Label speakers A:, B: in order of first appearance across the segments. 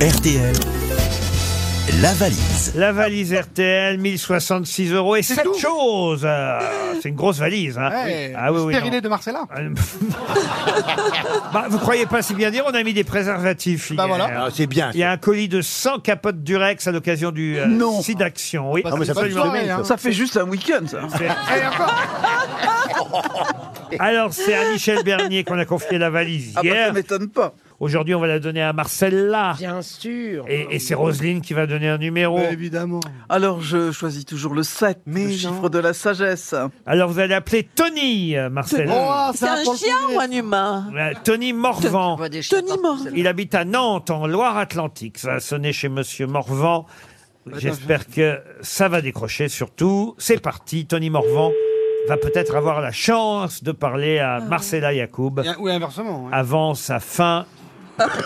A: RTL, la valise.
B: La valise RTL, 1066 euros et sept
C: tout
B: choses. Euh, C'est une grosse valise. Hein.
C: Ouais,
B: Ah oui, oui,
C: stérilé
B: non.
C: Eh, de Marcella.
B: Euh, bah, vous croyez pas si bien dire, on a mis des préservatifs.
C: Bah
B: hier.
C: voilà.
D: Ah, c'est bien.
B: Il y a un colis de 100 capotes Durex à l'occasion du euh,
C: Non.
B: site d'action. Oui.
C: Parce que c'est pas une soirée, hein.
E: Ça fait juste un week-end, ça.
C: Et encore,
B: Alors, c'est à Michel Bernier qu'on a confié la valise
E: Ah bah,
B: hier.
E: ça m'étonne pas.
B: Aujourd'hui, on va la donner à Marcella.
F: Bien sûr.
B: Et, et c'est Roselyne qui va donner un numéro.
C: évidemment.
E: Alors, je choisis toujours le 7, le chiffre de la sagesse.
B: Alors, vous allez appeler Tony, euh, Marcella.
C: Oh,
G: C'est un
C: pour le
G: chien
C: poulet.
G: ou un humain
B: Euh, Tony Morvan.
G: Tony Morvan.
B: Il habite à Nantes, en Loire-Atlantique. Ça a sonné chez Monsieur Morvan. J'espère que ça va décrocher surtout. C'est parti. Tony Morvan va peut-être avoir la chance de parler à Marcella Yacoub
C: Et- Ou Eh, inversement. hein. ouais.
B: avant sa fin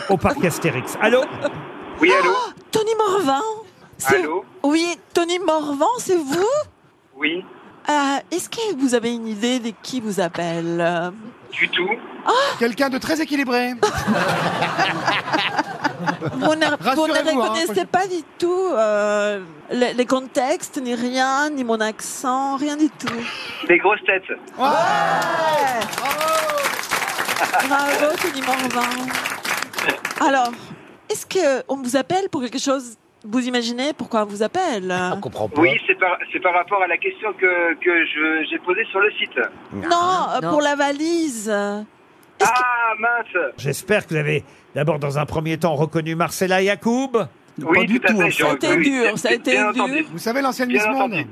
B: au parc Astérix. Allô
H: Oui, allô
G: Tony Morvan c'est-
H: Allô
G: Oui, Tony Morvan, c'est vous
H: Oui,
G: Euh, Est-ce que vous avez une idée de qui vous appelle Euh,
H: du tout.
C: Quelqu'un de très équilibré.
G: Vous ne, vous ne
C: Rassurez-vous, hein,
G: reconnaissez pas du tout euh, les, les contextes, ni rien, ni mon accent, rien du tout.
H: Des grosses têtes.
G: Bravo, Tony Morvan. Alors, est-ce que on vous appelle pour quelque chose Vous imaginez pourquoi on vous appelle
H: Oui, c'est par, c'est par rapport à la question que, que je, j'ai posée sur le site.
G: non, euh, pour la valise.
H: Ah, mince
B: J'espère que vous avez d'abord, dans un premier temps, reconnu Marcella Yacoub.
H: Oui, tout, à fait. j'ai
G: Ça a été
H: reconnu.
G: dur, ça a
H: Bien
G: été dur.
H: entendu,
C: Vous savez l'ancienne Miss
H: Bien
C: Monde
H: entendu.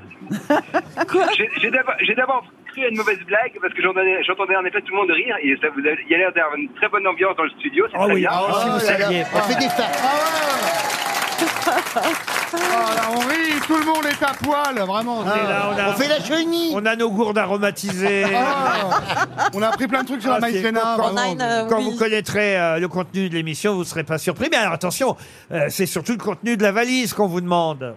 H: J'ai, j'ai d'abord, j'ai d'abord cru à une mauvaise blague parce que j'entendais, j'entendais en effet tout le monde rire et ça vous a- il y a l'air d'avoir une très bonne ambiance dans le studio, c'est
B: Oh
H: très
B: oui,
H: bien. Euh,
B: ah, si vous
C: là là.
B: saviez.
D: On fait des farces.
C: Ah, là, on rit, tout le monde est à poil, vraiment.
B: Et Ah, là, on a-
D: On fait la chenille.
B: On a nos gourdes aromatisées.
C: Ah, on a appris plein de trucs sur
B: Ah,
C: la
B: c'est
C: maïzena.
G: Pour
C: vraiment.
G: Nine, euh,
B: Quand
G: oui.
B: vous connaîtrez euh, le contenu de l'émission, vous ne serez pas surpris. Mais alors attention, euh, c'est surtout le contenu de la valise qu'on vous demande.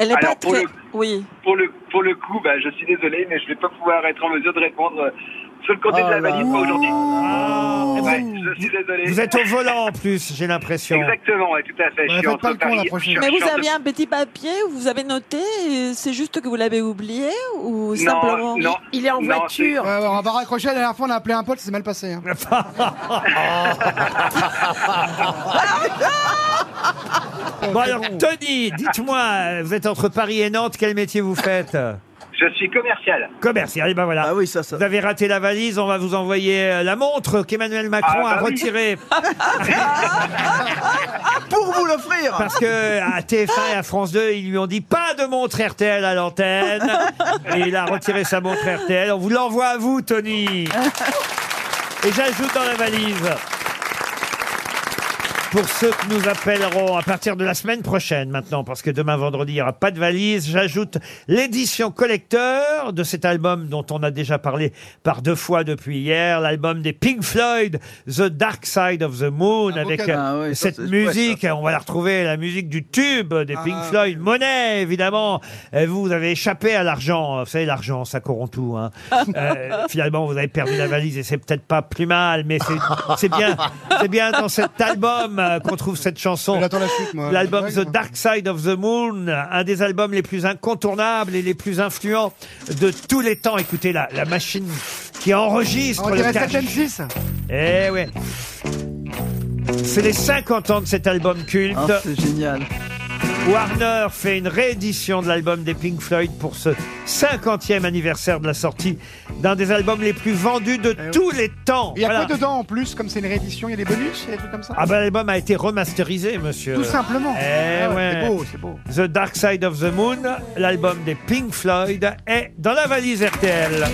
G: Elle n'est
H: Alors,
G: pas
H: pour
G: très.
H: le-
G: Oui.
H: Pour, le, pour le coup, bah, je suis désolé, mais je ne vais pas pouvoir être en mesure de répondre euh, sur le côté de la valise pour aujourd'hui.
B: Ah,
H: Ouais,
B: vous,
H: je suis désolé.
B: vous êtes au volant en plus, j'ai l'impression.
H: Exactement, ouais, tout à
C: Bah,
H: fait. je suis
C: faites
H: entre
C: pas le con, la
H: Paris-
C: prochaine.
H: je suis-
G: Mais
H: je
G: vous
H: suis entre-
G: aviez un petit papier où vous avez noté, et c'est juste que vous l'avez oublié ou simplement.
H: Non, non.
F: Il est en
H: Non,
F: voiture.
C: Ouais, ouais, on va raccrocher, la dernière fois on a appelé un pote, c'est mal passé. hein.
B: Bon alors, Tony, dites-moi, euh, vous êtes entre Paris et Nantes, quel métier vous faites
H: Je suis commercial.
B: Commercial, et ben voilà.
E: Ah oui, ça, ça.
B: Vous avez raté la valise, on va vous envoyer euh, la montre qu'Emmanuel Macron
H: Ah, bah
B: a
H: oui.
B: retirée
E: Pour vous l'offrir
B: parce que à TF1 et à France 2, ils lui ont dit pas de montre RTL à l'antenne et il a retiré sa montre RTL. On vous l'envoie à vous, Tony. Et j'ajoute dans la valise. Pour ceux que nous appellerons à partir de la semaine prochaine maintenant, parce que demain vendredi, il n'y aura pas de valise, j'ajoute l'édition collecteur de cet album dont on a déjà parlé par deux fois depuis hier, l'album des Pink Floyd, The Dark Side of the Moon,
C: beau
B: avec
C: cadeau.
B: euh,
E: Ah ouais, ça, Ah.
B: cette
E: c'est chouette,
B: musique, on va la retrouver, la musique du tube des Pink Floyd, Monet, évidemment. Euh, Vous, vous avez échappé à l'argent, vous savez, l'argent, ça corrompt tout. hein. Euh, finalement, vous avez perdu la valise et c'est peut-être pas plus mal, mais c'est- c'est bien, c'est bien dans cet album euh, qu'on trouve cette chanson.
C: J'attends la chute, moi.
B: L'album
C: Ouais,
B: The
C: moi.
B: Dark Side of the Moon, un des albums les plus incontournables et les plus influents de tous les temps. Écoutez, la, la machine qui enregistre
C: On
B: le
C: dirait
B: cache-
C: 7
B: eh ouais. C'est les 50 ans de cet album culte.
E: Ah, C'est génial.
B: Warner fait une réédition de l'album des Pink Floyd pour ce 50e anniversaire de la sortie d'un des albums les plus vendus de tous les temps.
C: Eh Il y a
B: Voilà.
C: quoi dedans en plus Comme c'est une réédition, il y a des bonus, il y a des trucs comme ça
B: Ah ben l'album a été remasterisé, monsieur.
C: Tout simplement.
B: Eh
C: Ah
B: ouais.
C: C'est beau, c'est beau.
B: The Dark Side of the Moon, l'album des Pink Floyd, est dans la valise RTL.